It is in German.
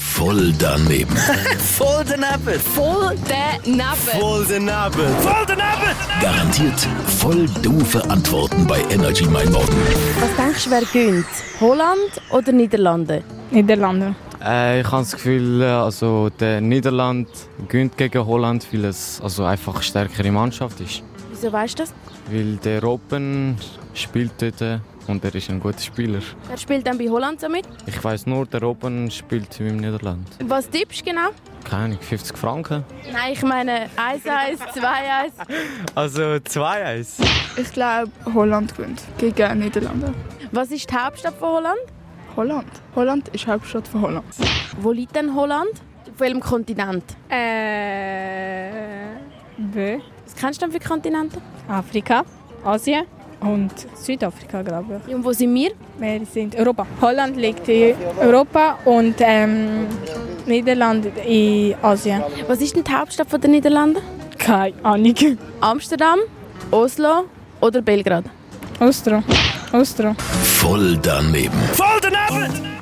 Voll daneben. Voll daneben. Voll daneben. Voll daneben. Voll daneben. Garantiert voll doofe Antworten bei Energy Mein Morgen. Was denkst du, wer gönnt? Holland oder Niederlande? Niederlande. Äh, ich habe das Gefühl, äh, also der Niederland gönnt gegen Holland, weil es also einfach eine stärkere Mannschaft ist. Wieso weißt du das? Weil der Robben spielt dort äh, und er ist ein guter Spieler. Wer spielt dann bei Holland damit? Ich weiß nur, der Robben spielt mit dem Niederland. Was tippst du genau? Keine Ahnung, 50 Franken? Nein, ich meine 1-1, 2-1. Also 2-1. Ich glaube, Holland gewinnt gegen Niederlande. Was ist die Hauptstadt von Holland? Holland. Holland ist Hauptstadt von Holland. Wo liegt denn Holland? Auf welchem Kontinent? Äh, B. Was kennst du denn für Kontinente? Afrika, Asien und Südafrika, glaube Und wo sind wir? ich. Wir sind Europa. Holland liegt in Europa und ähm, Niederland in Asien. Was ist denn die Hauptstadt von den Niederlanden? Keine Ahnung. Amsterdam, Oslo oder Belgrad? Austro. Austro. Voll daneben. Voll daneben.